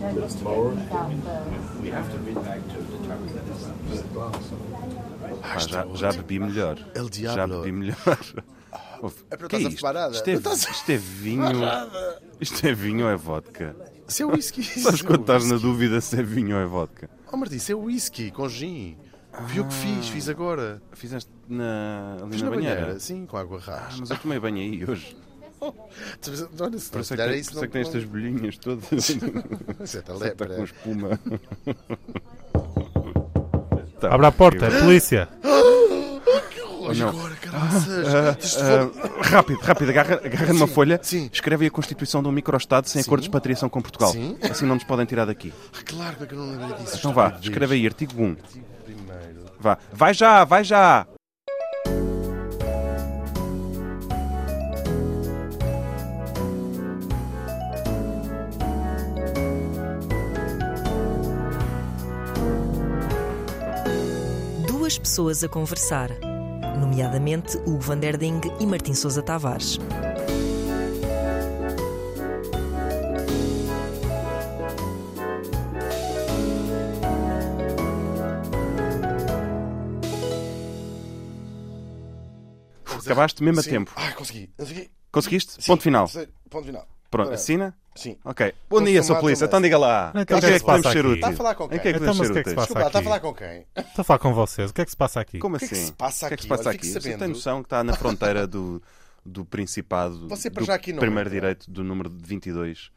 Then That's it's lower. without the- We have to read back to determine that it's not. Pá, já, já bebi melhor. El Já Diablo. bebi melhor. Ouve, É para não que estás a isto? reparada. Isto é, Não estás a isto é vinho. Isto é vinho ou é vodka? Isso é whisky. Sabes isso é quando estás na whisky. dúvida se é vinho ou é vodka? Oh, Martim, isso é whisky com gin. Viu o que fiz? Fiz agora. Fizeste na, Ah, ali Fiz na, banheira. Sim, com água Ah, rasa. mas eu tomei banho aí hoje. Olha, se Por não isso se é que, tem- calhar é por isso isso não... é que tem estas bolhinhas todas. Está Isso é da com lepra. espuma. Tá Abra a porta, horrível. é polícia. Olha Não. agora, caraças. Isto Ah, foi- rápido, rápido, agarra, agarra numa Sim, folha, sim. escreve aí a constituição de um microestado sem acordo de expatriação com Portugal. Sim. Assim não nos podem tirar daqui. Ah, Claro que eu não lembrei disso. Então vá, Estupidez. escreve aí, artigo 1. Primeiro. Vá, vai já, vai já! Duas pessoas a conversar, nomeadamente Hugo van der Ding e Martim Sousa Tavares. Acabaste mesmo a Sim. tempo. Ai, consegui. Consegui. Conseguiste? Sim, Ponto final. sei. Ponto final. Pronto, Espera. assina? Sim. Ok. Bom Vou dia, Sr. fumar Polícia. também. Então diga lá. Então, Em que é que o que é que se podemos passa ser aqui? útil? Está a falar com Em que quem? é que Então, podemos mas ser o que é que úteis? se passa? Desculpa, lá, está a aqui? falar com quem? Estou a falar com vocês. O que é que se passa aqui? Como que é que assim? se passa O que é que se aqui? passa Olha, aqui? fique Você tem sabendo. noção que está na fronteira do, do Principado Você para do já aqui não primeiro entra. direito do número 22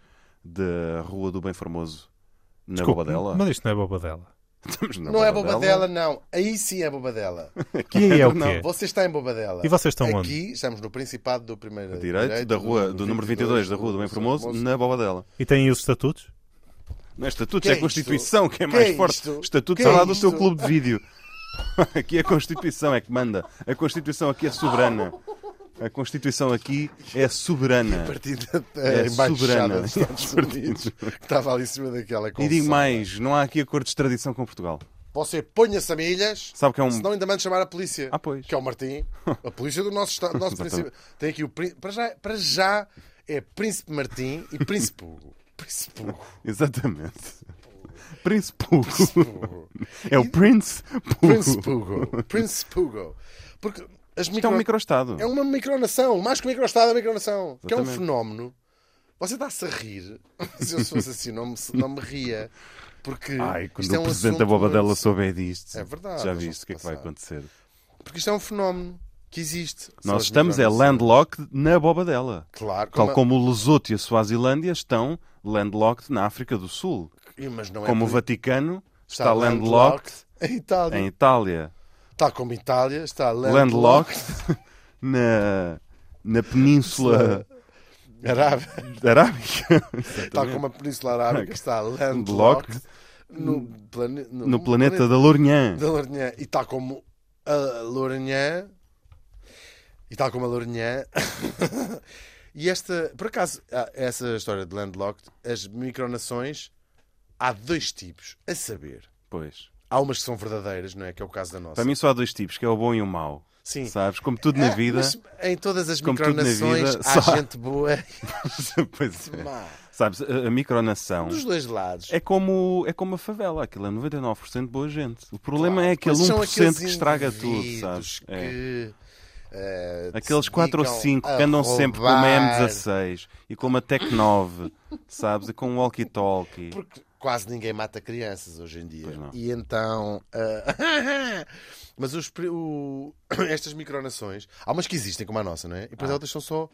da Rua do Bem Formoso na Desculpe, Bobadela? Mas isto não é bobadela. Estamos na Não é Bobadela, não. Aí sim é Bobadela. E aí é o Não, quê? Você está em Bobadela. E vocês estão Aqui onde? estamos no Principado do Primeiro Direito, da rua, do, número 22 da Rua do Bem Formoso na Bobadela. E têm aí os estatutos? Não é estatutos, Que é, é isto? Constituição que é Que mais é forte. isto? Estatutos Que é é lá do seu isto? clube de vídeo. Aqui a Constituição é que manda. A Constituição aqui é soberana. A Constituição aqui é soberana. Partida É é, embaixada soberana. dos Estados Unidos, que estava ali em cima daquela E consola. digo mais, não há aqui acordo de extradição com Portugal. Você ponha-se a milhas, Sabe que é um- senão ainda manda chamar a polícia. Ah, pois. Que é o Martim. A polícia do nosso, esta- do nosso Exatamente. princípio. Tem aqui o... prín- Para já, para já é Príncipe Martim e Príncipe Hugo. Príncipe Hugo. Exatamente. Prince Pugo. É o Prince Prince Pugo. Pugo. Prince Pugo. Porque as Isto é micro... um microestado. É uma micronação. Mais que microestado é micronação. Que é um Exatamente. fenómeno. Você está-se a rir. Se eu fosse assim, não me, não me ria. Porque Ai, quando isto é o um presidente da assunto Bobadela muito- souber disto, É verdade, já nós vamos viste o que é que vai passar. acontecer. Porque isto é um fenómeno que existe. São Nós as estamos é micronações. landlocked na Bobadela. Claro, Tal como- como o Lesoto e a Suazilândia estão landlocked na África do Sul. Ih, mas não é Como o por- Vaticano está, está landlocked em Itália. em Itália. Está como Itália, está landlocked. Landlocked na, na Península Arábia. Arábica. Está como a Península Arábica, está landlocked Landlocked no, plane... no, no planeta da Lourinhã. da Lourinhã. E está como a Lourinhã. E está como a Lourinhã. e esta, por acaso, ah, essa história de landlocked, as micronações, há dois tipos, a saber. Pois. Há umas que são verdadeiras, não é? Que é o caso da nossa. Para mim só há dois tipos, que é o bom e o mau. Sim. Sabes? Como tudo na É, vida. mas em todas as como tudo na micronações vida, há só há- gente boa e pois é. má. Sabes, a, a micronação Dos dois lados. é como, é como a favela. Aquilo é 99% boa gente. O problema é aquele Pois são 1% que aqueles estraga tudo, indivíduos sabes? É. que, eh, Aqueles se 4 ou dedicam 5 a que andam sempre com assim. uma roubar, M16 e com uma Tec 9, sabes? E com um walkie-talkie. Porque quase ninguém mata crianças hoje em dia. Pois não. E então. eh, Mas os pri- o- estas micronações. Há umas que existem, como a nossa, não é? E depois Ah. há outras que são só.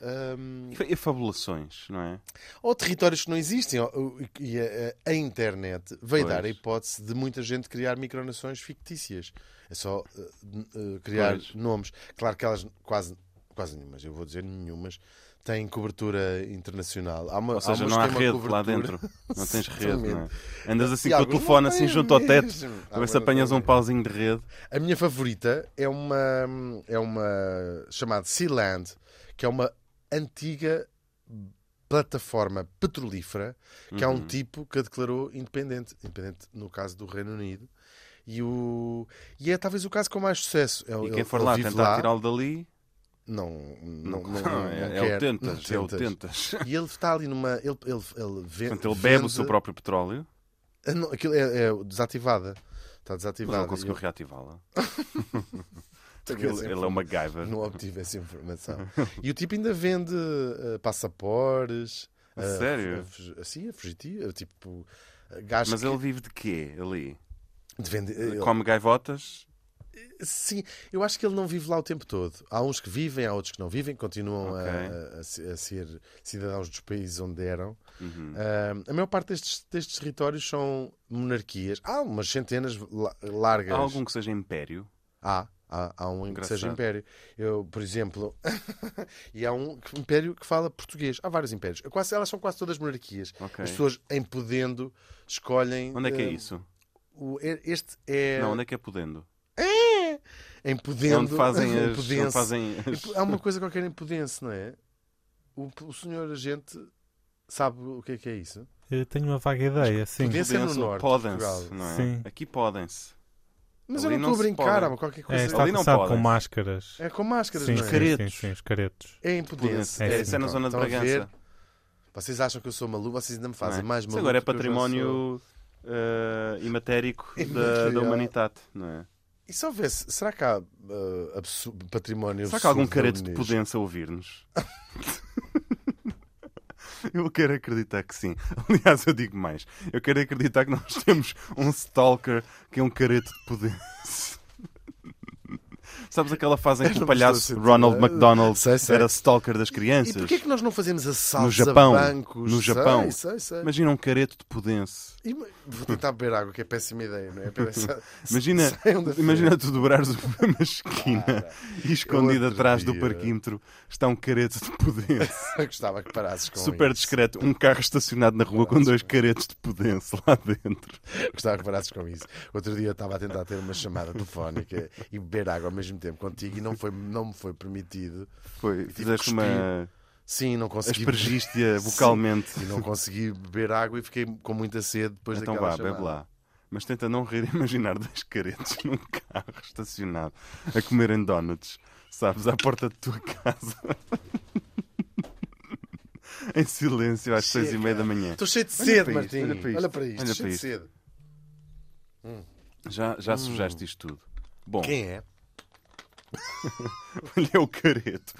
ehm, E fabulações, não é? ou territórios que não existem. ou- ou- E a, a- a internet veio Pois. dar a hipótese de muita gente criar micronações fictícias. É só eh, n- eh, criar Pois. nomes. Claro que elas quase, quase nenhumas, eu vou dizer nenhumas, têm cobertura internacional. Há uma, Ou seja, umas não há que têm uma rede lá cobertura. dentro. Não tens rede, não é? Exatamente. Andas assim E com o alguns não telefone assim têm junto ao teto, a mesmo. ver Alguns se não apanhas têm um mesmo. pauzinho de rede. A minha favorita é uma, é uma chamada Sealand, que é uma antiga plataforma petrolífera que é Uhum. um tipo que a declarou independente, independente no caso do Reino Unido. E, o, e é talvez o caso com mais sucesso. Ele- E ele- quem for ele lá vive tentar tirá-lo dali, não, não, não, não, é, é quer, o tentas, não é o tentas. E ele está ali numa. Ele, ele, ele vê- Portanto, ele bebe o vende- seu próprio petróleo, Ah, não, aquilo é, é desativada. Está mas desativada. não conseguiu Eu reativá-la. tenho Ele, essa ele é uma gaiva. Não obtive essa informação. E o tipo ainda vende eh, passaportes. A eh, sério? a fu- Assim, a fugitiva. Tipo, eh, gajos Mas que ele vive de quê ali? de vende- eh, ele- Come gaivotas? Sim, eu acho que ele não vive lá o tempo todo. Há uns que vivem, há outros que não vivem, continuam a- Ok. a, a se- a ser cidadãos dos países onde eram. Uhum. Ah, a maior parte destes, destes territórios são monarquias. Há umas centenas la- largas. Há algum que seja império? Há, há, há um que seja Engraçado. império. Eu, por exemplo, e há um que- império que fala português. Há vários impérios. É Quase, elas são quase todas monarquias. Ok. As pessoas, em podendo, escolhem. Onde é que é eh, isso? o- e- este é. Não, onde é que é podendo? Em É podendo. é onde fazem em as. Onde Podense. fazem as... Há uma coisa qualquer em Pudense, não é? O, o senhor agente sabe o que é que é isso? Eu tenho uma vaga ideia, sim. Podia- Podense é no Podense ou norte de Podem-se, Portugal. não é? Sim. Aqui podem-se. Mas Ali eu não não estou a se brincar, pode. há uma qualquer É, coisa. está Ali não começado com podem. máscaras. É com máscaras, sim, não é? sim, Caretos. sim, sim, os caretos. É impudência. Podense. É, sim, então. isso é na pronto. zona de Estão a ver? Bragança. Vocês acham que eu sou maluco? Vocês ainda me não fazem é? mais Isso maluco. agora é do que eu já sou. património eh, imatérico da, da Imaterial. humanitate, não é? E se houvesse, será que há ah, absu- património Será que há algum absurdo careto de nisto? Podense a ouvir-nos? Eu quero acreditar que sim. Aliás, eu digo mais. Eu quero acreditar que nós temos um stalker que é um careto de Podense. Sabes aquela fase em que Eu o não palhaço estou a sentir- Ronald McDonald Sei, sei. era stalker das E crianças? porquê é que nós não fazemos assaltos No Japão. a bancos? No Sei, Japão. Sei, sei. Imagina um careto de Podense. E- Vou tentar beber água, que é péssima ideia, não é? Imagina, Sei onde é que é. imagina tu dobrares uma esquina e escondido outro atrás do dia- parquímetro está um careto de Podense. Eu gostava que parasses com Super isso. discreto, um carro estacionado na rua com dois caretos de pudense lá dentro. Gostava que parasses com isso. Outro dia eu estava a tentar ter uma chamada telefónica e beber água ao mesmo tempo contigo e não, foi, não me foi permitido. Foi, que fizeste uma Sim, não consegui. aspergiste-a vocalmente. E não consegui beber água e fiquei com muita sede depois Então daquela vá, chamada. bebe lá. Mas tenta não rir e imaginar dois caretos num carro estacionado a comerem donuts, sabes, à porta da tua casa. em silêncio às seis e meia da manhã. Estou cheio de Olha sede, para isto, Martim. olha para isto, Olha para isto, olha cheio para de isto. sede. Já, já sujaste isto tudo. Bom, Quem é? olha o careto.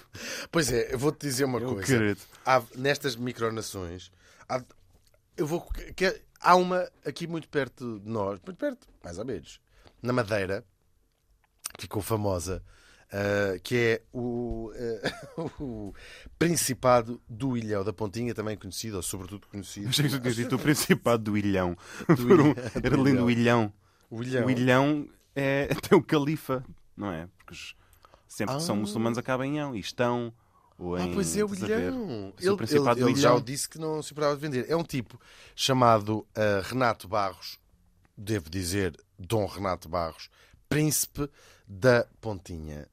Pois é, eu vou-te dizer uma O coisa. careto. Há- nestas micronações, há, eu vou, que- há uma aqui muito perto de nós, muito perto, mais ou menos, na Madeira, que ficou famosa, ah, que é o, ah, o Principado do Ilhéu da Pontinha, também conhecido, ou sobretudo conhecido, Achei é que tu tinhas dito o Principado do Ilhão. Por um- era lindo o Ilhão. o Ilhéu. O Ilhão é até o califa, não é? Porque os- sempre que são muçulmanos acabam em Ão e estão. Ou Ah, em, pois é, o estás a ver? Ilhão. Se Ele, o Principado ele- do ele já Ilhão- o disse que não se importava de vender. É um tipo chamado ah, Renato Barros, devo dizer, Dom Renato Barros, príncipe da Pontinha.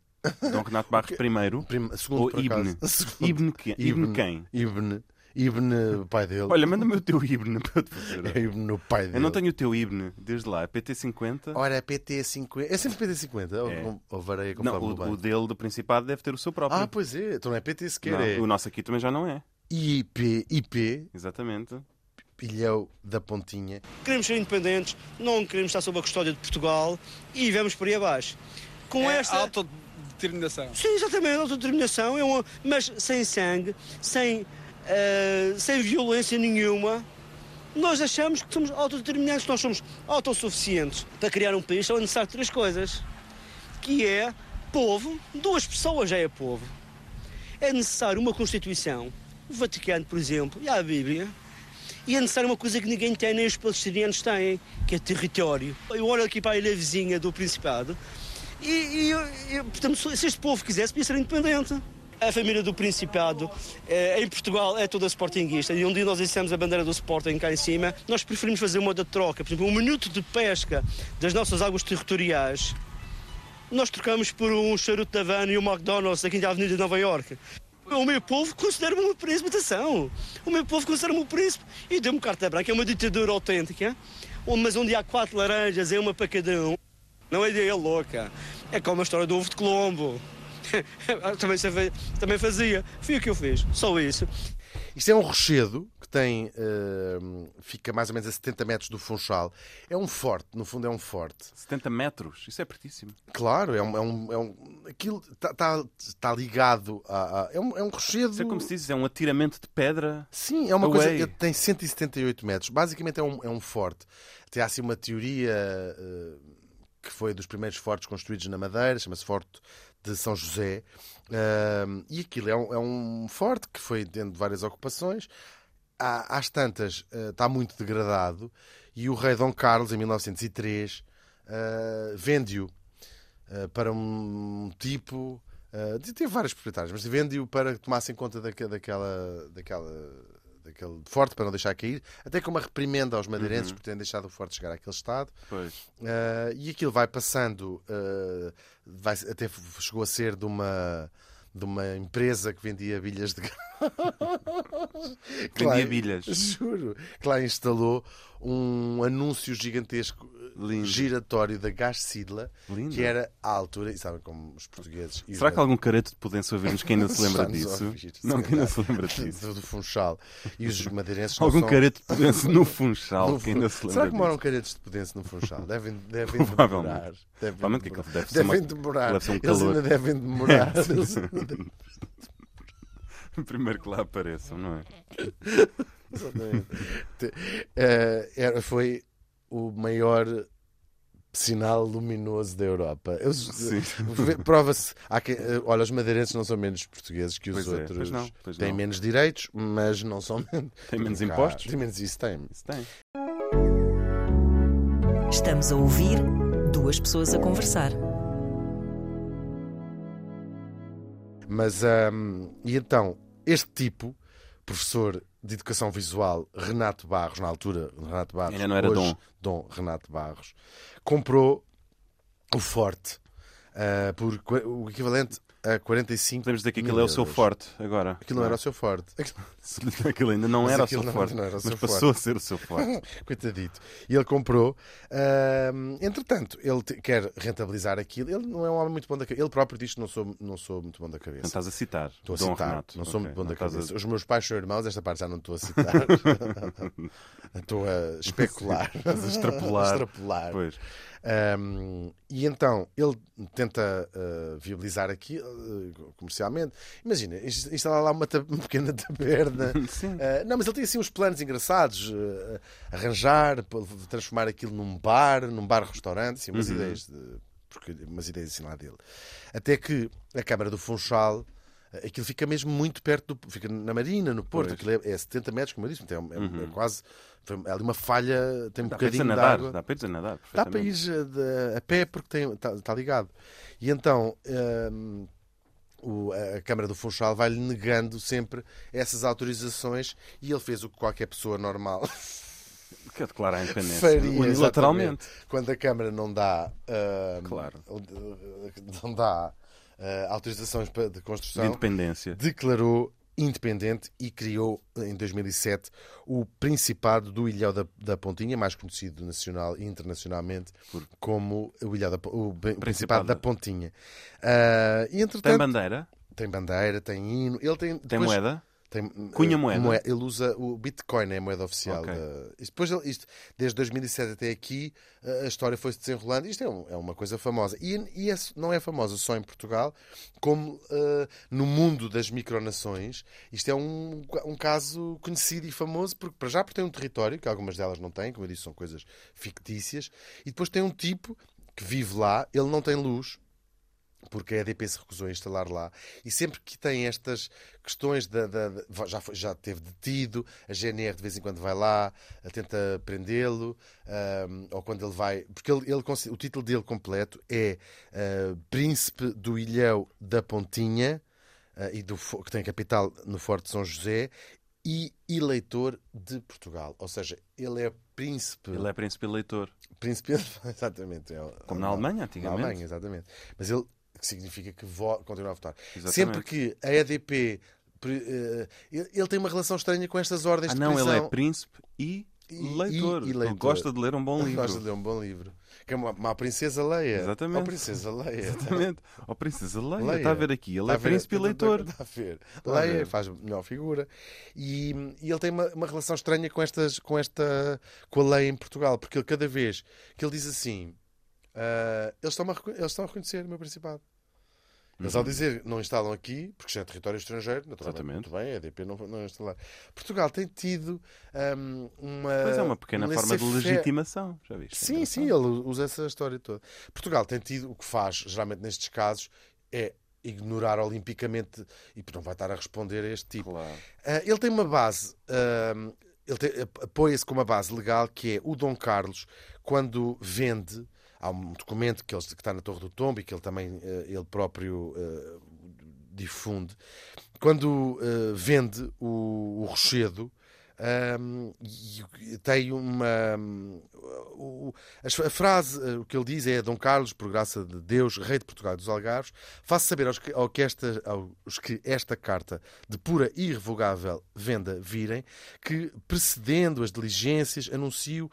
Dom Renato Barros primeiro. Prim- Segundo, Ou por Ibn. acaso. Segundo. Ibn, que- Ibn quem? Ibn. Ibn, o pai dele. Olha, manda-me o teu Ibn para eu te fazer. É Ibn, o pai dele. Eu não tenho o teu Ibn desde lá. É PT50. Ora, PT50. É sempre PT50. Ou, ou vareia Não, conforme o, o, bem. o dele do Principado deve ter o seu próprio. Ah, pois é. Então não é PT sequer. Não, é O nosso aqui também já não é. IP, IP, Exatamente. Ilhéu da Pontinha. queremos ser independentes, não queremos estar sob a custódia de Portugal e vamos por aí abaixo. Com é esta. autodeterminação. Sim, exatamente, autodeterminação, é uma... mas sem sangue, sem, eh, sem violência nenhuma. Nós achamos que somos autodeterminantes, nós somos autossuficientes. Para criar um país são necessárias três coisas, que é povo, duas pessoas já é povo. É necessário uma Constituição, o Vaticano, por exemplo, e a Bíblia, e é necessário uma coisa que ninguém tem, nem os palestinianos têm, que é território. Eu olho aqui para a ilha vizinha do Principado e, e eu- eu- portanto, se se este povo quisesse, podia ser independente. A família do Principado eh, em Portugal é toda sportinguista e um dia nós dissemos a bandeira do Sporting cá em cima. Nós preferimos fazer uma outra troca, por exemplo, um minuto de pesca das nossas águas territoriais. Nós trocamos por um charuto da Havana e um McDonald's aqui na Avenida de Nova Iorque. O meu povo considera-me um príncipe, atenção. O meu povo considera-me um príncipe. E deu-me carta branca, é uma ditadura autêntica, onde- mas onde há quatro laranjas, é uma para cada um. Não é ideia louca. É como a história do ovo de Colombo. também, sabia- também fazia. Foi o que eu fiz, só isso. Isto é um rochedo que tem. eh, fica mais ou menos a 70 metros do Funchal. É um forte, no fundo é um forte. 70 metros, isso é pertíssimo. Claro, é um. É um, é um aquilo está tá, tá ligado a. a- é, um, é um rochedo. Isso é como se diz, é um atiramento de pedra. Sim, é uma Away. coisa. Ele tem 178 metros. Basicamente é um, é um forte. Até há assim uma teoria eh, que foi dos primeiros fortes construídos na Madeira, chama-se Forte de São José. Ahm, e aquilo é um, é um forte que foi tendo várias ocupações. Há, às tantas, eh, está muito degradado. E o rei Dom Carlos, em 1903, eh, vende-o eh, para um tipo. eh, de teve vários proprietários, mas vende-o para que tomassem conta daque- daquela, daquela, daquele forte, para não deixar cair, até com uma reprimenda aos madeirenses por terem deixado o forte chegar àquele estado. Pois. Eh, e aquilo vai passando, eh, vai- até f- chegou a ser de uma, de uma empresa que vendia bilhas de gás. Que lá- Vendia bilhas. Juro, que lá instalou um anúncio gigantesco eh, Lindo. giratório da Gás Sidla, Lindo. que era à altura, e sabem como os portugueses. e os Será que há algum careto de Pudência a ver-nos que ainda se lembra Está-nos a disso? ouvir, se Não, que ainda se calhar. lembra disso. Do, do Funchal e os madeirenses. não Algum são- careto de Pudência no não Funchal que ainda fu- se lembra Será que moram disso? caretos de Pudense no Funchal? Devem, devem Provavelmente. demorar. Devem Provavelmente que demorar. aquilo deve ser devem uma- demorar. deve ser um Eles calor. ainda devem demorar. Eles- Primeiro que lá apareçam, não é? Exatamente. Te- eh, era- foi o maior sinal luminoso da Europa. Eles- Sim. vê- Prova-se. há quem- eh, Olha, os madeirenses não são menos portugueses que os Pois é, outros. pois não, pois têm não. menos direitos, mas não são menos. Tem menos Cá- impostos? Têm menos isso, têm. Isso tem. Estamos a ouvir duas pessoas a conversar. Mas, hum, e então, este tipo, professor de educação visual, Renato Barros, na altura, Renato Barros, Ainda não era hoje, Dom. Renato Barros, comprou o forte ah, por qua- o equivalente a 45 Podemos dizer que mil aquilo é o seu euros. forte agora. Aquilo não era o seu forte. Aquilo- seu Aquilo ainda não Mas era o aquilo seu não- forte. não era o Mas seu passou a ser o seu forte. Coitadito. E ele comprou. Ahm, entretanto, ele te- quer rentabilizar aquilo. Ele não é um homem muito bom da cabeça. Ele próprio diz que não sou, não sou muito bom da Não cabeça. estás a citar. Estou a Dom citar, Renato. não sou Ok, muito bom da estás a- cabeça. Os meus pais são irmãos, esta parte já não estou a citar. estou a especular. Estás a extrapolar. A extrapolar. Pois. Um, e então ele tenta uh, viabilizar aqui uh, comercialmente. Imagina, ins- instalar lá uma, ta- uma pequena taberna. Uh, não, mas ele tem assim uns planos engraçados: uh, arranjar, p- transformar aquilo num bar, num bar-restaurante, assim, Uhum. umas ideias de- porque, umas ideias assim lá dele. Até que a Câmara do Funchal. uh, Aquilo fica mesmo muito perto do. Fica na Marina, no Porto. Aquilo é, é 70 metros, como eu disse. Então é, é quase. foi- É ali uma falha. Tem Uhum. um Dá para ir a bocadinho de nadar. água. Dá para ir a nadar. Dá para ir perfeitamente. eh, de- a pé porque está ligado. E então hum, o- a a Câmara do Funchal vai-lhe negando sempre essas autorizações e ele fez o que qualquer pessoa normal Que é declarar a independência. faria. Unilateralmente. exatamente. Quando a Câmara não dá, hum, Claro. não dá eh, autorizações pa- de De construção, independência. declarou independente e criou em 2007 o Principado do Ilhéu da, da Pontinha, mais conhecido nacional e internacionalmente como o, Ilhéu da Po- o Bem- Principado, Principado. é. da Pontinha. Ah, e Tem entretanto, tem, bandeira? bandeira, tem hino, ele tem, Tem depois- moeda? tem, Cunha eh, moeda. Ele usa o Bitcoin, é a moeda oficial. Ok. da- e depois, ele- isto, desde 2007 até aqui, eh, a história foi-se desenrolando. Isto é, um- é uma coisa famosa. E, e é- não é famosa só em Portugal, como eh, no mundo das micronações. Isto é um, um caso conhecido e famoso, porque para já porque tem um território, que algumas delas não têm, como eu disse, são coisas fictícias. E depois tem um tipo que vive lá, ele não tem luz, porque a EDP se recusou a instalar lá. E sempre que tem estas questões, da, da- da- já, foi- já teve detido, a GNR de vez em quando vai lá, eh, tenta prendê-lo, ahm, ou quando ele vai. Porque ele, ele consi- o título dele completo é eh, Príncipe do Ilhéu da Pontinha, eh, e do, fo- que tem capital no Forte de São José, e eleitor de Portugal. Ou seja, ele é príncipe. Ele é príncipe eleitor. príncipe exatamente. é o- Como na Alemanha, antigamente. na Alemanha, exatamente. Mas ele que significa que vo- continua a votar. Exatamente. Sempre que a EDP. pre- eh, Ele ele tem uma relação estranha com estas ordens Ah, de não, prisão. ele é príncipe e leitor, e ele leitor. gosta de ler um bom livro. Gosta de ler um bom livro. Que é uma, uma princesa Leia. Exatamente. Uma princesa Leia. tá? Exatamente. Oh, Princesa Leia, Leia. está a ver aqui. Ele Tá é a ver- príncipe e leitor. Está a ver. a Leia ver. faz melhor figura. E, e ele tem uma, uma relação estranha com, estas, com, esta, com a lei em Portugal, porque ele, cada vez que ele diz assim, ah, eles, estão a, recon- eles estão a reconhecer o meu principado. Eles, ao dizer não instalam aqui, porque já é território estrangeiro, naturalmente, Uhum. Exatamente. muito bem, a EDP não, não instalar. Portugal tem tido ahm, uma. Pois é, uma pequena um forma de laissez-faire. legitimação. Já viste? Então, Sim, sim, ele usa essa história toda. Portugal tem tido, o que faz geralmente nestes casos, é ignorar olimpicamente e não vai estar a responder a este tipo. Claro. Ah, ele tem uma base, ahm, ele tem- ap- apoia-se com uma base legal que é o Dom Carlos, quando vende, há um documento que, ele, que está na Torre do Tombo e que ele também, eh, ele próprio eh, difunde, quando eh, vende o, o rochedo, ahm, e- e tem uma. hum, o- o- as- a frase, eh, o que ele diz é: Dom Carlos, por graça de Deus, Rei de Portugal e dos Algarves, faço saber aos que, ao que esta, aos que esta carta de pura e irrevogável venda virem, que precedendo as diligências, anuncio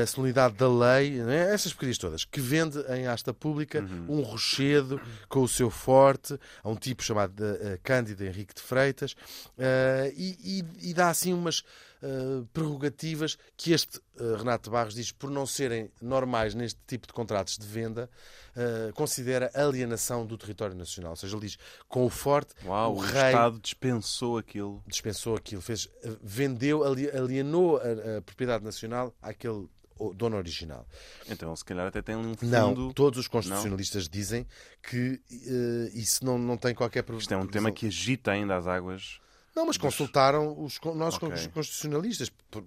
a solenidade da lei, não é? essas porcarias todas, que vende em asta pública Uhum. um rochedo com o seu forte a um tipo chamado eh, Cândido Henrique de Freitas eh, e, e- e dá assim umas eh, prerrogativas que este eh, Renato Barros diz, por não serem normais neste tipo de contratos de venda, eh, considera alienação do território nacional. Ou seja, ele diz, com o forte, Uau, o o, rei Estado dispensou aquilo. dispensou aquilo, fez, vendeu, ali- alienou a, a propriedade nacional àquele o- dono original. Então, se calhar até tem ali um Não, fundo. todos os constitucionalistas dizem que eh, isso não, não tem qualquer provisão. Isto é um tema que agita ainda as águas. Não, mas consultaram os con- nossos con- Ok. constitucionalistas. Por-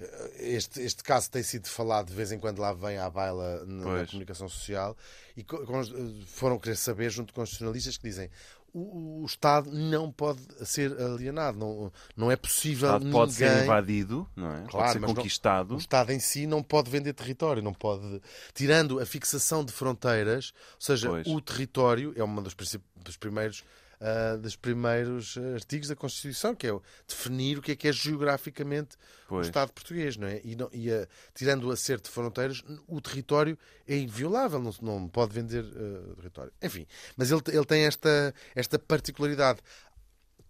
eh, Este, este caso tem sido falado de vez em quando lá vem à baila na, na Pois. comunicação social e co- con- eh, foram querer saber junto de constitucionalistas que dizem o, o Estado não pode ser alienado, não, não é O possível Estado pode ser ninguém- invadido, não é? Claro, pode ser mas não- conquistado. O Estado em si não pode vender território, não pode. Tirando a fixação de fronteiras, ou seja, Pois. o território é um dos, princip- dos primeiros. ah, dos primeiros ah, artigos da Constituição, que é o- definir o que é que é geograficamente o Pois. Estado português, não é? E, não- e, ah, tirando o acerto de fronteiras, n- o território é inviolável, não, se- não pode vender ah, território. Enfim, mas ele, te- ele tem esta, esta particularidade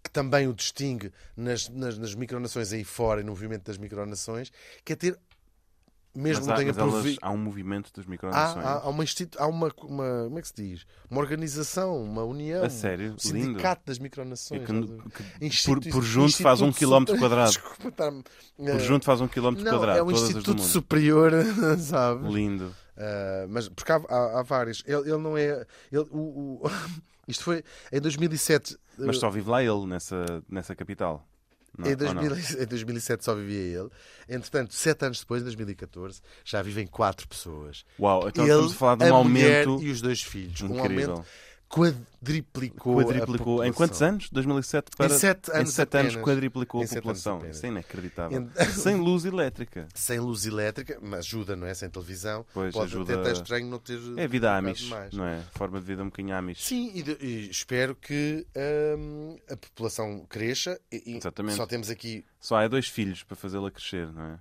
que também o distingue nas, nas, nas micronações aí fora e no movimento das micronações, que é ter, mesmo Mas, não há, tenha mas elas- provi- há um movimento das micronações. Há, há, há uma, institu- há uma, uma- Como é que se diz? Uma organização, uma união. A sério? Um Lindo. sindicato das E micronações. que- que Institu- por junto faz um Instituto quilómetro Su- quadrado. Desculpa estar-me. Por junto faz um quilómetro É, Não, quadrado. é um todas as do instituto mundo. superior, sabe? Lindo. Uh, mas porque há, há, há vários. Ele, ele não é. Ele, o, o- isto foi em 2007. Mas só vive lá ele, nessa, nessa capital. Não, eh, é? Em, ou não? 2000 em 2007 só vivia ele. Entretanto, sete anos depois, em 2014, já vivem quatro pessoas. Uau, então ele, estamos a falar de um a mulher aumento e os dois filhos. Um incrível. aumento quadriplicou. a quadriplicou. Em população. quantos anos? 2007 para. sete anos em sete anos apenas. quadriplicou Em a sete anos população. apenas. Isso é inacreditável. Em- Sem luz elétrica. Sem luz elétrica, mas ajuda, não é? Sem televisão. Pois, Pode ajuda- até estar estranho não ter. É vida colocado Amish, mais. não é? Forma de vida um bocadinho Amish. Sim, e, de- e espero que hum, a população cresça. E, e Exatamente. Só temos aqui Só há dois filhos para fazê-la crescer, não é?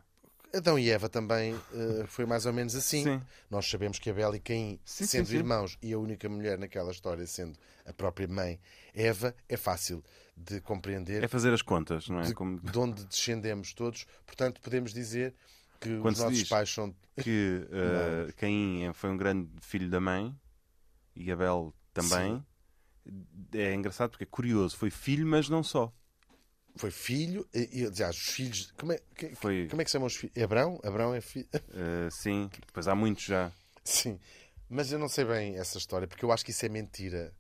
Adão e Eva também eh, foi mais ou menos assim. Sim. Nós sabemos que Abel e Caim, Sim, sendo sim, sim. irmãos e a única mulher naquela história sendo a própria mãe Eva, é fácil de compreender É fazer as contas, não é? Como de onde descendemos todos. Portanto, podemos dizer que Quando os se nossos diz- pais são. que uh, Caim foi um grande filho da mãe e Abel também. É engraçado porque é curioso. Foi filho, mas não só. Foi filho, e, e, aliás, os filhos. Como é que, Foi. como é que se chamam os filhos? Abrão? Abrão é filho. Uh, sim, depois há muitos já. Sim, mas eu não sei bem essa história, porque eu acho que isso é mentira.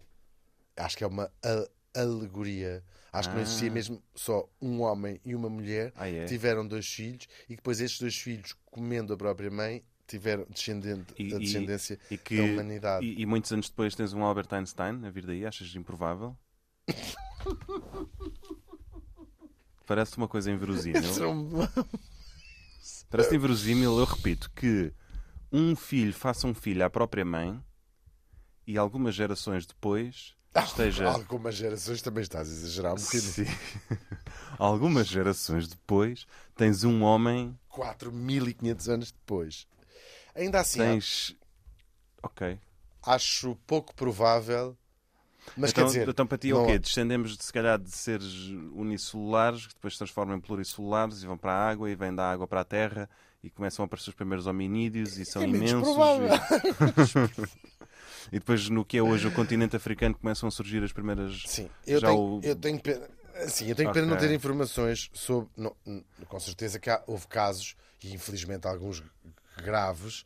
Acho que é uma a- alegoria. Acho que não existia Ah. mesmo só um homem e uma mulher. Ah, é? Tiveram dois filhos e depois estes dois filhos, comendo a própria mãe, tiveram descendente, E- a e- descendência E que da humanidade. E, e muitos anos depois tens um Albert Einstein a vir daí, achas improvável? Parece uma coisa inverosímil. Serão- Parece inverosímil, eu repito, que um filho faça um filho à própria mãe e algumas Ah, gerações depois esteja. Algumas gerações também estás a exagerar um bocadinho. Sim. algumas gerações depois, tens um homem 4.500 anos depois. Ainda assim, tens. Ok. acho pouco provável. Mas então, quer dizer. então para ti é o não- quê? Descendemos de, se calhar de seres unicelulares que depois se transformam em pluricelares e vão para a água e vêm da água para a terra e começam a aparecer os primeiros hominídeos e são É menos imensos. provável. E... e depois no que é hoje o continente africano começam a surgir as primeiras. Sim, eu Já tenho, o- eu tenho pena. Sim, eu tenho pena de não Ok. ter informações sobre. não, hum, com certeza que há- houve casos, e infelizmente alguns graves,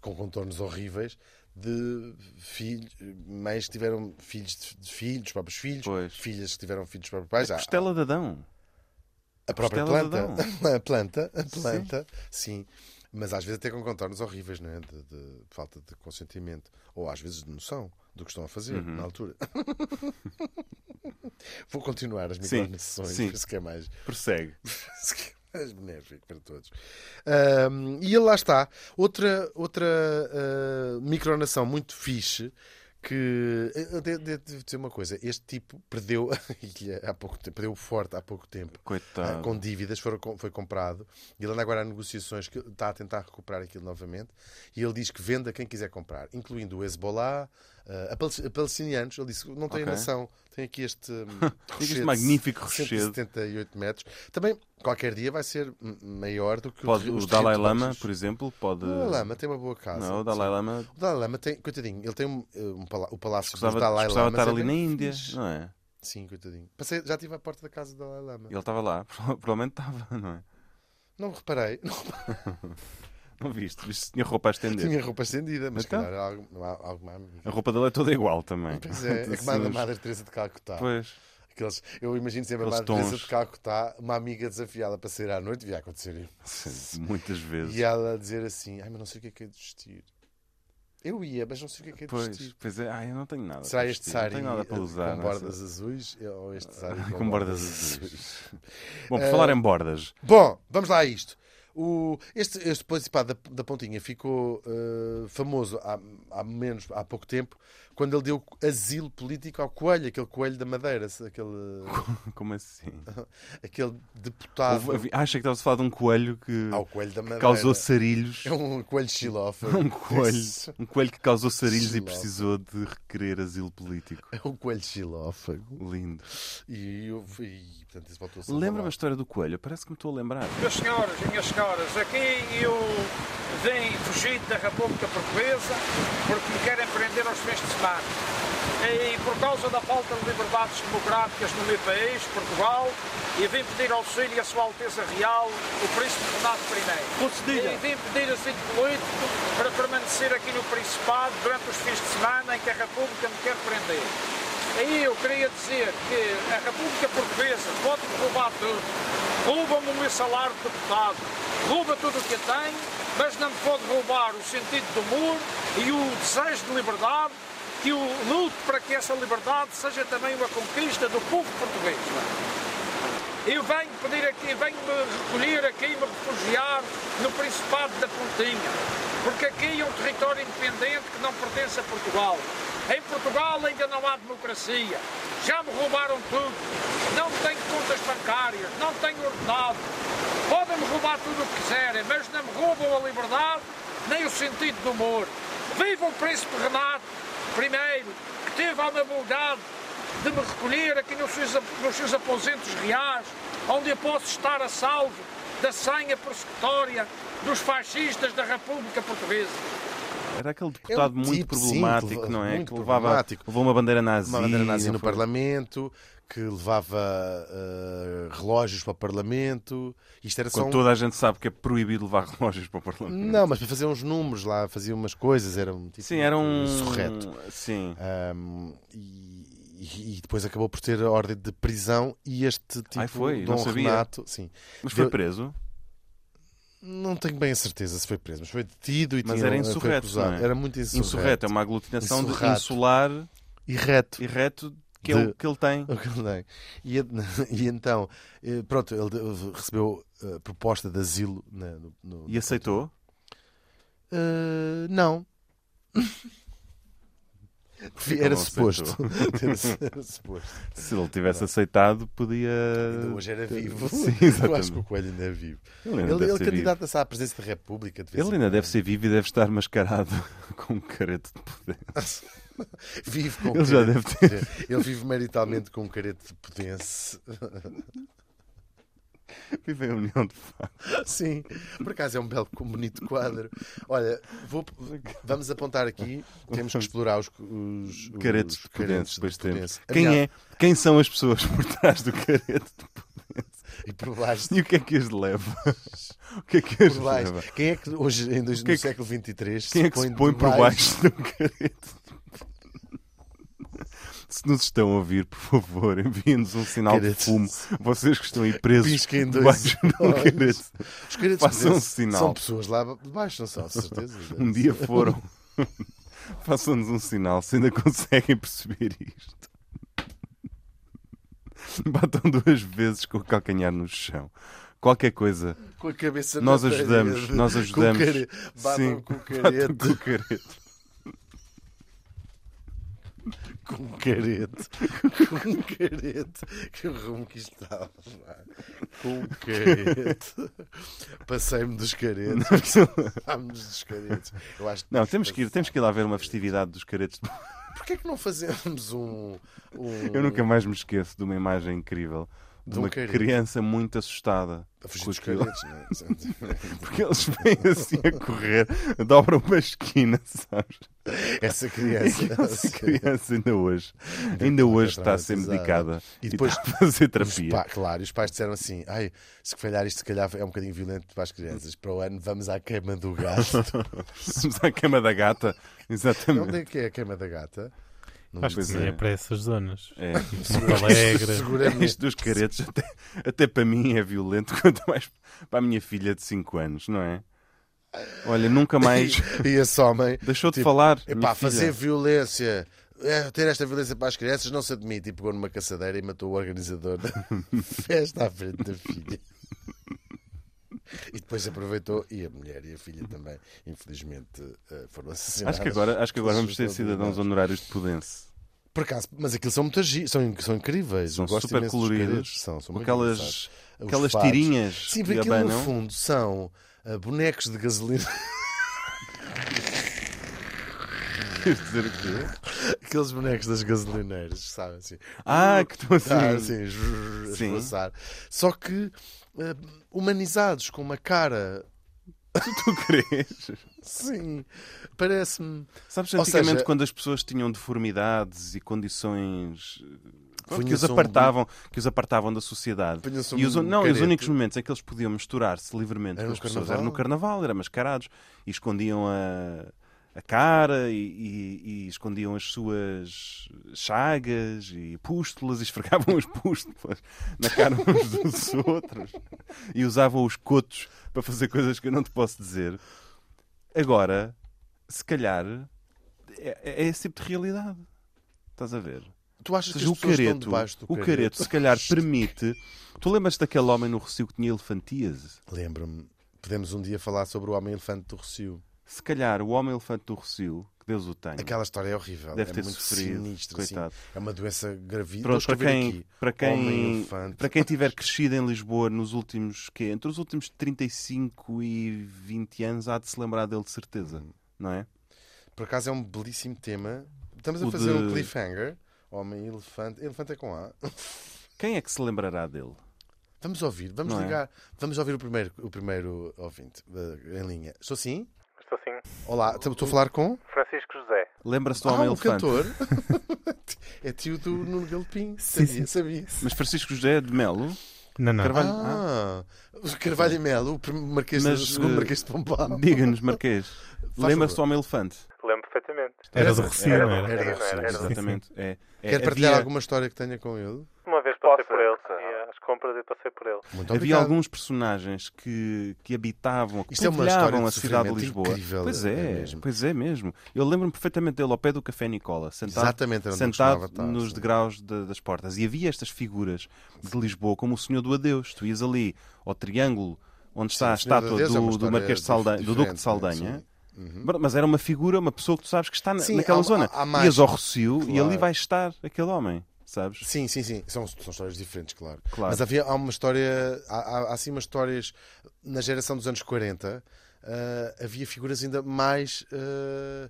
com contornos horríveis, de filhos, mães que tiveram filhos de, de filhos, próprios filhos, Pois. filhas que tiveram filhos dos próprios pais. Há- Costela de Adão. a própria Costela de planta. A planta, a planta, sim. Mas às vezes até com contornos horríveis, não é? De, de falta de consentimento. Ou às vezes de noção do que estão a fazer Uhum. na altura. Vou continuar as Sim, microanações, sim. por isso que é mais, Persegue. isso que é mais benéfico para todos. Ahm, e lá está. Outra, outra ah, micronação muito fixe que. eh, eu de- de- Devo dizer uma coisa: este tipo perdeu e há pouco tempo, perdeu forte há pouco tempo. Coitado. Ah, com dívidas, foram com- foi comprado. E ele anda agora a negociações que está a tentar recuperar aquilo novamente. E ele diz que vende a quem quiser comprar, incluindo o Hezbollah, ah, a palest- a palestinianos. Ele disse que não tem Ok. nação, tem aqui este, hum, este rochedo magnífico de rochedo. 178 metros. Também, qualquer dia vai ser hum, maior do que Pode, os o Dalai Lama, territórios. por exemplo, pode. O Dalai Lama tá tem uma boa casa. Não, o Dalai Lama O Dalai Lama tem, coitadinho, ele tem um, um pala- o palácio precisava, do Dalai precisava Lama. mas estar é ali bem na Índia, fixe. não é? Sim, coitadinho. Passei, já estive à porta da casa do Dalai Lama. Ele estava lá, provavelmente estava, não é? Não reparei, não Não viste, viste, tinha roupa a estender. Tinha roupa estendida, mas Então? calhar era alguma, alguma A amiga. roupa dele é toda igual também. Pois é, é Então, como a se- da Madre Teresa de Calcutá. Pois, Aqueles, eu imagino sempre a Aqueles Madre Teresa tons. de Calcutá, uma amiga desafiá-la para sair à noite, devia acontecer. sim, muitas vezes. E é, ela dizer assim: Ai, mas não sei o que é que é de vestir. Eu ia, mas não sei o que é que é de Pois, vestir. pois é, ah, eu não tenho nada. Será para este vestir, sari Não tenho nada para eh, usar. com não sei. bordas azuis eh, ou este sari Com bordas azuis. Bom, por Eh, falar em bordas, Bom, vamos lá a isto. O, este, este participado da, da Pontinha ficou eh, famoso há, há menos, há pouco tempo, quando ele deu asilo político ao coelho, aquele coelho da Madeira, se- aquele, como assim? aquele deputado. Houve- Acha que estava-se a falar de um coelho que Ao Ah, coelho da Madeira. causou sarilhos? É um coelho xilófono. Um coelho, um coelho que causou sarilhos e Xilófono. precisou de requerer asilo político. É um coelho xilófago. Lindo. E eu fui. e, Portanto, isso voltou a ser Lembra-me a falado. história do coelho? Parece que me estou a lembrar. Meus senhores, minhas senhoras, aqui eu vim fugido da República Portuguesa porque me querem prender aos fins de semana. E por causa da falta de liberdades democráticas no meu país, Portugal, e vim pedir auxílio à Sua Alteza Real, o Príncipe Renato I. Concedida. E vim pedir assim político para permanecer aqui no Principado durante os fins de semana em que a República me quer prender. Aí eu queria dizer que a República Portuguesa pode-me roubar tudo, rouba-me o meu salário de deputado, rouba tudo o que eu tenho, mas não me pode roubar o sentido do humor e o desejo de liberdade, que eu luto para que essa liberdade seja também uma conquista do povo português. não é? Eu venho pedir aqui, venho me recolher aqui, me refugiar no Principado da Pontinha, porque aqui é um território independente que não pertence a Portugal. Em Portugal ainda não há democracia. Já me roubaram tudo. Não tenho contas bancárias, não tenho ordenado. Podem-me roubar tudo o que quiserem, mas não me roubam a liberdade nem o sentido do humor. Viva o Príncipe Renato, primeiro, que teve a amabilidade de me recolher aqui nos seus, nos seus aposentos reais, onde eu posso estar a salvo da senha persecutória dos fascistas da República Portuguesa. Era aquele deputado tipo, muito sim, problemático, que leva- não é? muito que levava, problemático. levou uma bandeira nazi. Uma bandeira nazi não no foi? Parlamento, que levava eh, relógios para o Parlamento. Isto era só Quando um toda a gente sabe que é proibido levar relógios para o Parlamento. Não, mas para fazer uns números lá, fazia umas coisas, era um tipo Sim, era um. surreto. Sim. Ahm, e, e depois acabou por ter a ordem de prisão e este tipo Ai, foi? Não Dom sabia. Renato, sim, Mas foi deu- preso? não tenho bem a certeza se foi preso, mas foi detido e Mas tinha- um- era foi insurreto, acusado. não é? Era muito insurreto. Insurreto. É uma aglutinação Insurrato. de insular E reto. e reto que, De- ele, que ele tem. O que ele tem. E, ent- e então, eh, pronto, ele de- recebeu a proposta de asilo na- no- no- E aceitou? Eh, não. Era não suposto. Era suposto. Se ele tivesse aceitado, podia. Ainda hoje era vivo. Sim, Eu exatamente. acho que o Coelho ainda é vivo. Ele ainda Ele, deve ele ser vivo. candidata-se à presidência da República. de vez Ele em ainda quando. deve ser vivo e deve estar mascarado com um careto de poder. Vive com Ele já careta deve de poder. Ele vive maritalmente com um carete de potência. Vive em união de fato. Sim, por acaso é um belo, um bonito quadro. Olha, vou- vamos apontar aqui. Temos que explorar os, os, os Caretos de caretos poder, depois temos. potência. Quem, Aliás, é, quem são as pessoas por trás do careto de poder? E por baixo, E o que é que as leva? O que é que as por baixo. leva? Quem é que hoje, em dois, Quem é no que- século XXIII, Quem é que se põe de por baixo de um careto? Se nos estão a ouvir, por favor, enviem-nos um sinal de Caretos. fumo. Vocês que estão aí presos Pisquem por dois baixo de um olhos. careto. Os caretos de Façam um potência sinal. São pessoas lá de baixo, não são, de certeza. Um dia foram. Façam-nos um sinal se ainda conseguem perceber isto. Batam duas vezes com o calcanhar no chão. Qualquer coisa, Com a cabeça nós na parede. ajudamos. Nós é Com o ajudamos. care- Batam Sim, com o batam carete. com o careto. Com carete. Com carete. Que rumo que isto estava. pá. Com carete. Passei-me dos caretes. Passámos dos caretes. Eu acho que Não, temos que, ir, temos que ir lá ver uma festividade dos caretos. Porquê é que não fazemos um. um... Eu nunca mais me esqueço de uma imagem incrível de De um uma careto. criança muito assustada. A fugir com dos aquilo. caretes, não é? Porque eles vêm assim a correr, dobram uma esquina, sabes? Essa E criança. essa criança ainda hoje, ainda hoje está a ser traumatizada. medicada E e depois- depois está a fazer Os terapia. pa- claro, e os pais disseram assim: ai, se falhar isto, se calhar é um bocadinho violento para as crianças. Para o ano, vamos à queima do gato. Vamos à cama da gata. Onde Exatamente. é que é a queima da gata? Acho que sim, é. é para essas zonas. É. Porto Alegre. Seguramente. Isto dos caretos, até, até para mim é violento, quanto mais para a minha filha de 5 anos, não é? Olha, nunca mais E, e esse homem. deixou de tipo, falar. Epá, minha filha. fazer violência. é, ter esta violência para as crianças não se admite. E pegou numa caçadeira e matou o organizador da festa à frente da filha. E depois aproveitou, e a mulher e a filha também, infelizmente, eh, foram assassinadas. Acho que agora, acho que agora vamos ser Pelas suas cidadãos autoridades. honorários de Pudense. Por acaso, mas aquilo são muitas são, in- são incríveis. São Eu gosto super imenso dos coloridos, caretos. São, são com muito aquelas- engraçados. Os aquelas fados. tirinhas Sim, que porque aquilo no abanam. fundo são ah, bonecos de gasolina. Queres dizer o quê? Aqueles bonecos das gasolineiras, sabem assim. Ah, que estão assim. Ah, assim, zzz, a Sim. esvoaçar. Só que eh, humanizados, com uma cara. Tu crees? Sim, parece-me. Sabes, Ou antigamente, seja- quando as pessoas tinham deformidades e condições eh, pronto, que os, Punham-se um- apartavam, que os apartavam da sociedade. Punham-se E os, um não, e os careto. únicos momentos em que eles podiam misturar-se livremente Era com no as pessoas carnaval. era no carnaval, era mascarados e escondiam a, a cara e, e- e escondiam as suas chagas e pústulas e esfregavam as pústulas na cara uns dos outros e usavam os cotos para fazer coisas que eu não te posso dizer. Agora, se calhar, é, é esse tipo de realidade. Estás a ver? Tu achas Ou que seja, as o pessoas estão careto, debaixo do o careto, se calhar, permite. Tu lembras daquele homem no Recio que tinha elefantíase? Lembro-me, podemos um dia falar sobre o homem-elefante do Recio. Se calhar, o homem-elefante do Recio, que Deus o tenha, Aquela história é horrível. deve é ter muito sofrido. sinistra. assim. coitado. É uma doença gravíssima. Pronto, para quem, aqui. para, quem, Homem-elefante. para quem tiver crescido em Lisboa nos últimos, quê? entre os últimos 35 e 20 anos, há de se lembrar dele de certeza, não é? Por acaso é um belíssimo tema. Estamos a O fazer um de- cliffhanger. Homem-elefante. Elefante é com A. Quem é que se lembrará dele? Vamos ouvir, vamos Não é? ligar. Vamos ouvir o primeiro, o primeiro ouvinte eh, em linha. Estou sim? Estou sim. Olá, estou estou a falar com? Francisco José. Lembra-se do Ah, o homem-elefante? cantor. é tio do Nuno Galopim. Sim, Sabia, sim. sabia. Mas Francisco José de Melo? Não, não. Carvalho? Ah. Ah, o Carvalho e Melo, o, primeiro marquês de- Mas, o segundo eh, Marquês de Pombal. Diga-nos, Marquês. Faz Lembra-se do favor. Homem-Elefante? Lembro perfeitamente. Era do Recio, Era não do era? Recio, não era? Era Era do do Recio. Exatamente. É, é, Quer partilhar havia, alguma história que tenha com ele? Uma vez passei por ele. Ia às compras e passei por ele. Muito havia obrigado. alguns personagens que, que habitavam, que Isto é uma história partilhavam de a cidade de sofrimento Lisboa. incrível, pois é é, mesmo. pois é mesmo. Eu lembro-me perfeitamente dele ao pé do Café Nicola, sentado, Exatamente, era onde eu sentado costumava estar, nos sim. degraus da- das portas. E havia estas figuras de Lisboa, como o Senhor do Adeus. Tu ias ali ao Triângulo, onde está a Sim, o Senhor do estátua Adeus é do, uma do história Marquês de Saldanha, do Duque diferente, né? de Saldanha. sim. Uhum. Mas era uma figura, uma pessoa que tu sabes que está na- Sim, naquela há- zona. há- há mais. Ias ao Rocio e Claro. ali vai estar aquele homem, sabes? Sim, sim, sim. São, são histórias diferentes, claro. Claro. Mas havia, há uma história, há, há, há sim umas histórias na geração dos anos 40. ah, havia figuras ainda mais ah,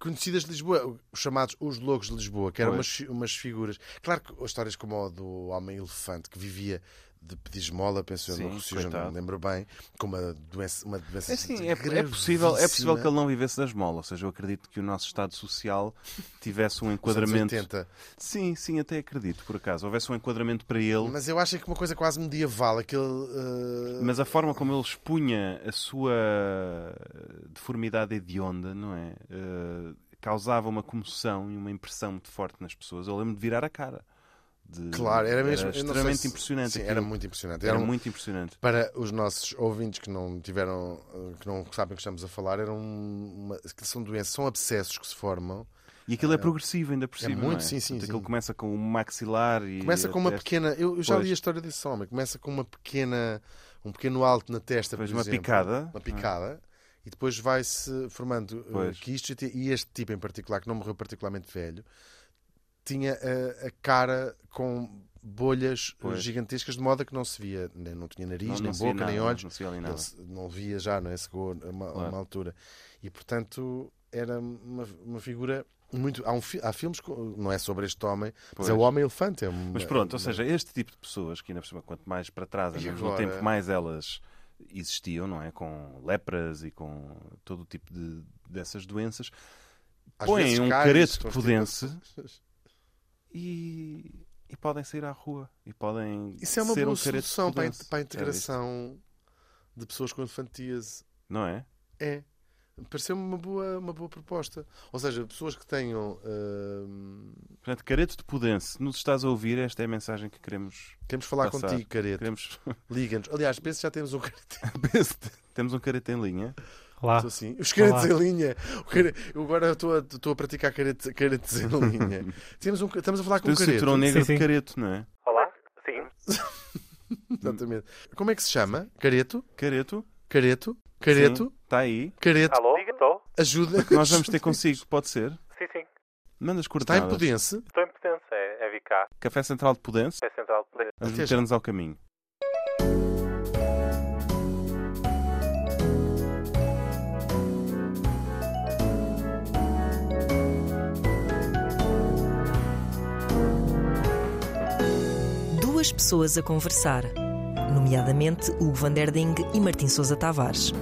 conhecidas de Lisboa, os chamados Os Loucos de Lisboa, que eram Pois. umas, fi- umas figuras. Claro que as histórias como a do Homem Elefante, que vivia de pedir esmola, penso eu, Sim, no Rocio, já não coitado. me lembro bem, com uma doença. Uma doença É, sim, é, é possível, é possível gravíssima. que ele não vivesse da esmola. Ou seja, eu acredito que o nosso Estado Social tivesse um Nos anos enquadramento. 80. Sim, sim, até acredito, por acaso. Houvesse um enquadramento para ele. Mas eu acho que uma coisa quase medieval, aquele. ah, Mas a forma como ele expunha a sua eh, deformidade hedionda, não é? Eh, causava uma comoção e uma impressão muito forte nas pessoas. Eu lembro de virar a cara. De- Claro, era mesmo. eu não sei extremamente se- impressionante. Sim, aquilo. era muito impressionante. Era Era um- muito impressionante. Para os nossos ouvintes que não tiveram, eh, que não sabem o que estamos a falar, era um- uma, que são doenças, são abscessos que se formam. E aquilo é progressivo, ainda por cima. não muito, é? sim, sim, Portanto, aquilo sim. começa com o maxilar e. Começa a com uma testa. pequena. Eu, eu já Pois. li a história desse homem. Começa com uma pequena, um pequeno alto na testa, Pois, por uma exemplo. picada. uma picada. E depois vai-se formando eh, Pois. quistes e te- e este tipo em particular, que não morreu particularmente velho, tinha eh, a, cara com bolhas eh, Pois. gigantescas de moda que não se via, nem, não tinha nariz, Não- não nem se via boca, nem nada, olhos. Não se via ali Ele nada. se- não via já, não é? Chegou a uma, a Claro. uma altura. E portanto era uma, uma figura muito. Há, um fi- há filmes, com- não é sobre este homem, Pois. mas é o Homem Elefante. É uma- Mas pronto, ou uma- seja, este tipo de pessoas, que ainda por cima, quanto mais para trás E andamos no agora? tempo, mais elas existiam, não é? Com lepras e com todo o tipo de, dessas doenças, às põem vezes um caras, careto de constipações. pudense e, e podem sair à rua. E podem Isso é uma ser boa um careto É de solução para a, in- pudense. para a Já viste? integração de pessoas com infantíase. Não é? É. Pareceu-me uma boa, uma boa proposta. Ou seja, pessoas que tenham. hum, Portanto, careto de pudense, se nos estás a ouvir, esta é a mensagem que queremos. Queremos falar Passar. contigo, careto. queremos... Liga-nos. Aliás, penso que já temos um careto. Temos um careto em linha. Ah, Lá. Estou assim. Os caretos Olá. em linha. O care- Eu agora estou a, estou a praticar carete- caretes em linha. Temos um... ca- Estamos a falar com um Tens o cinturão careto. negro Sim, sim. de careto, não é? Olá? Sim. Exatamente. Como é que se chama? Careto? Careto. Careto? Careto? Está aí. Careto? Alô? Estou? Ajuda. Nós vamos ter consigo, pode ser? Sim, sim. Manda as Está em coordenadas. Pudense? Estou em Pudense. É, é VK. Café Central de Pudense. É Central de Pudense. Vamos Até já. meter-nos ao caminho. Duas pessoas a conversar, nomeadamente Hugo Van Der Ding e Martim Sousa Tavares.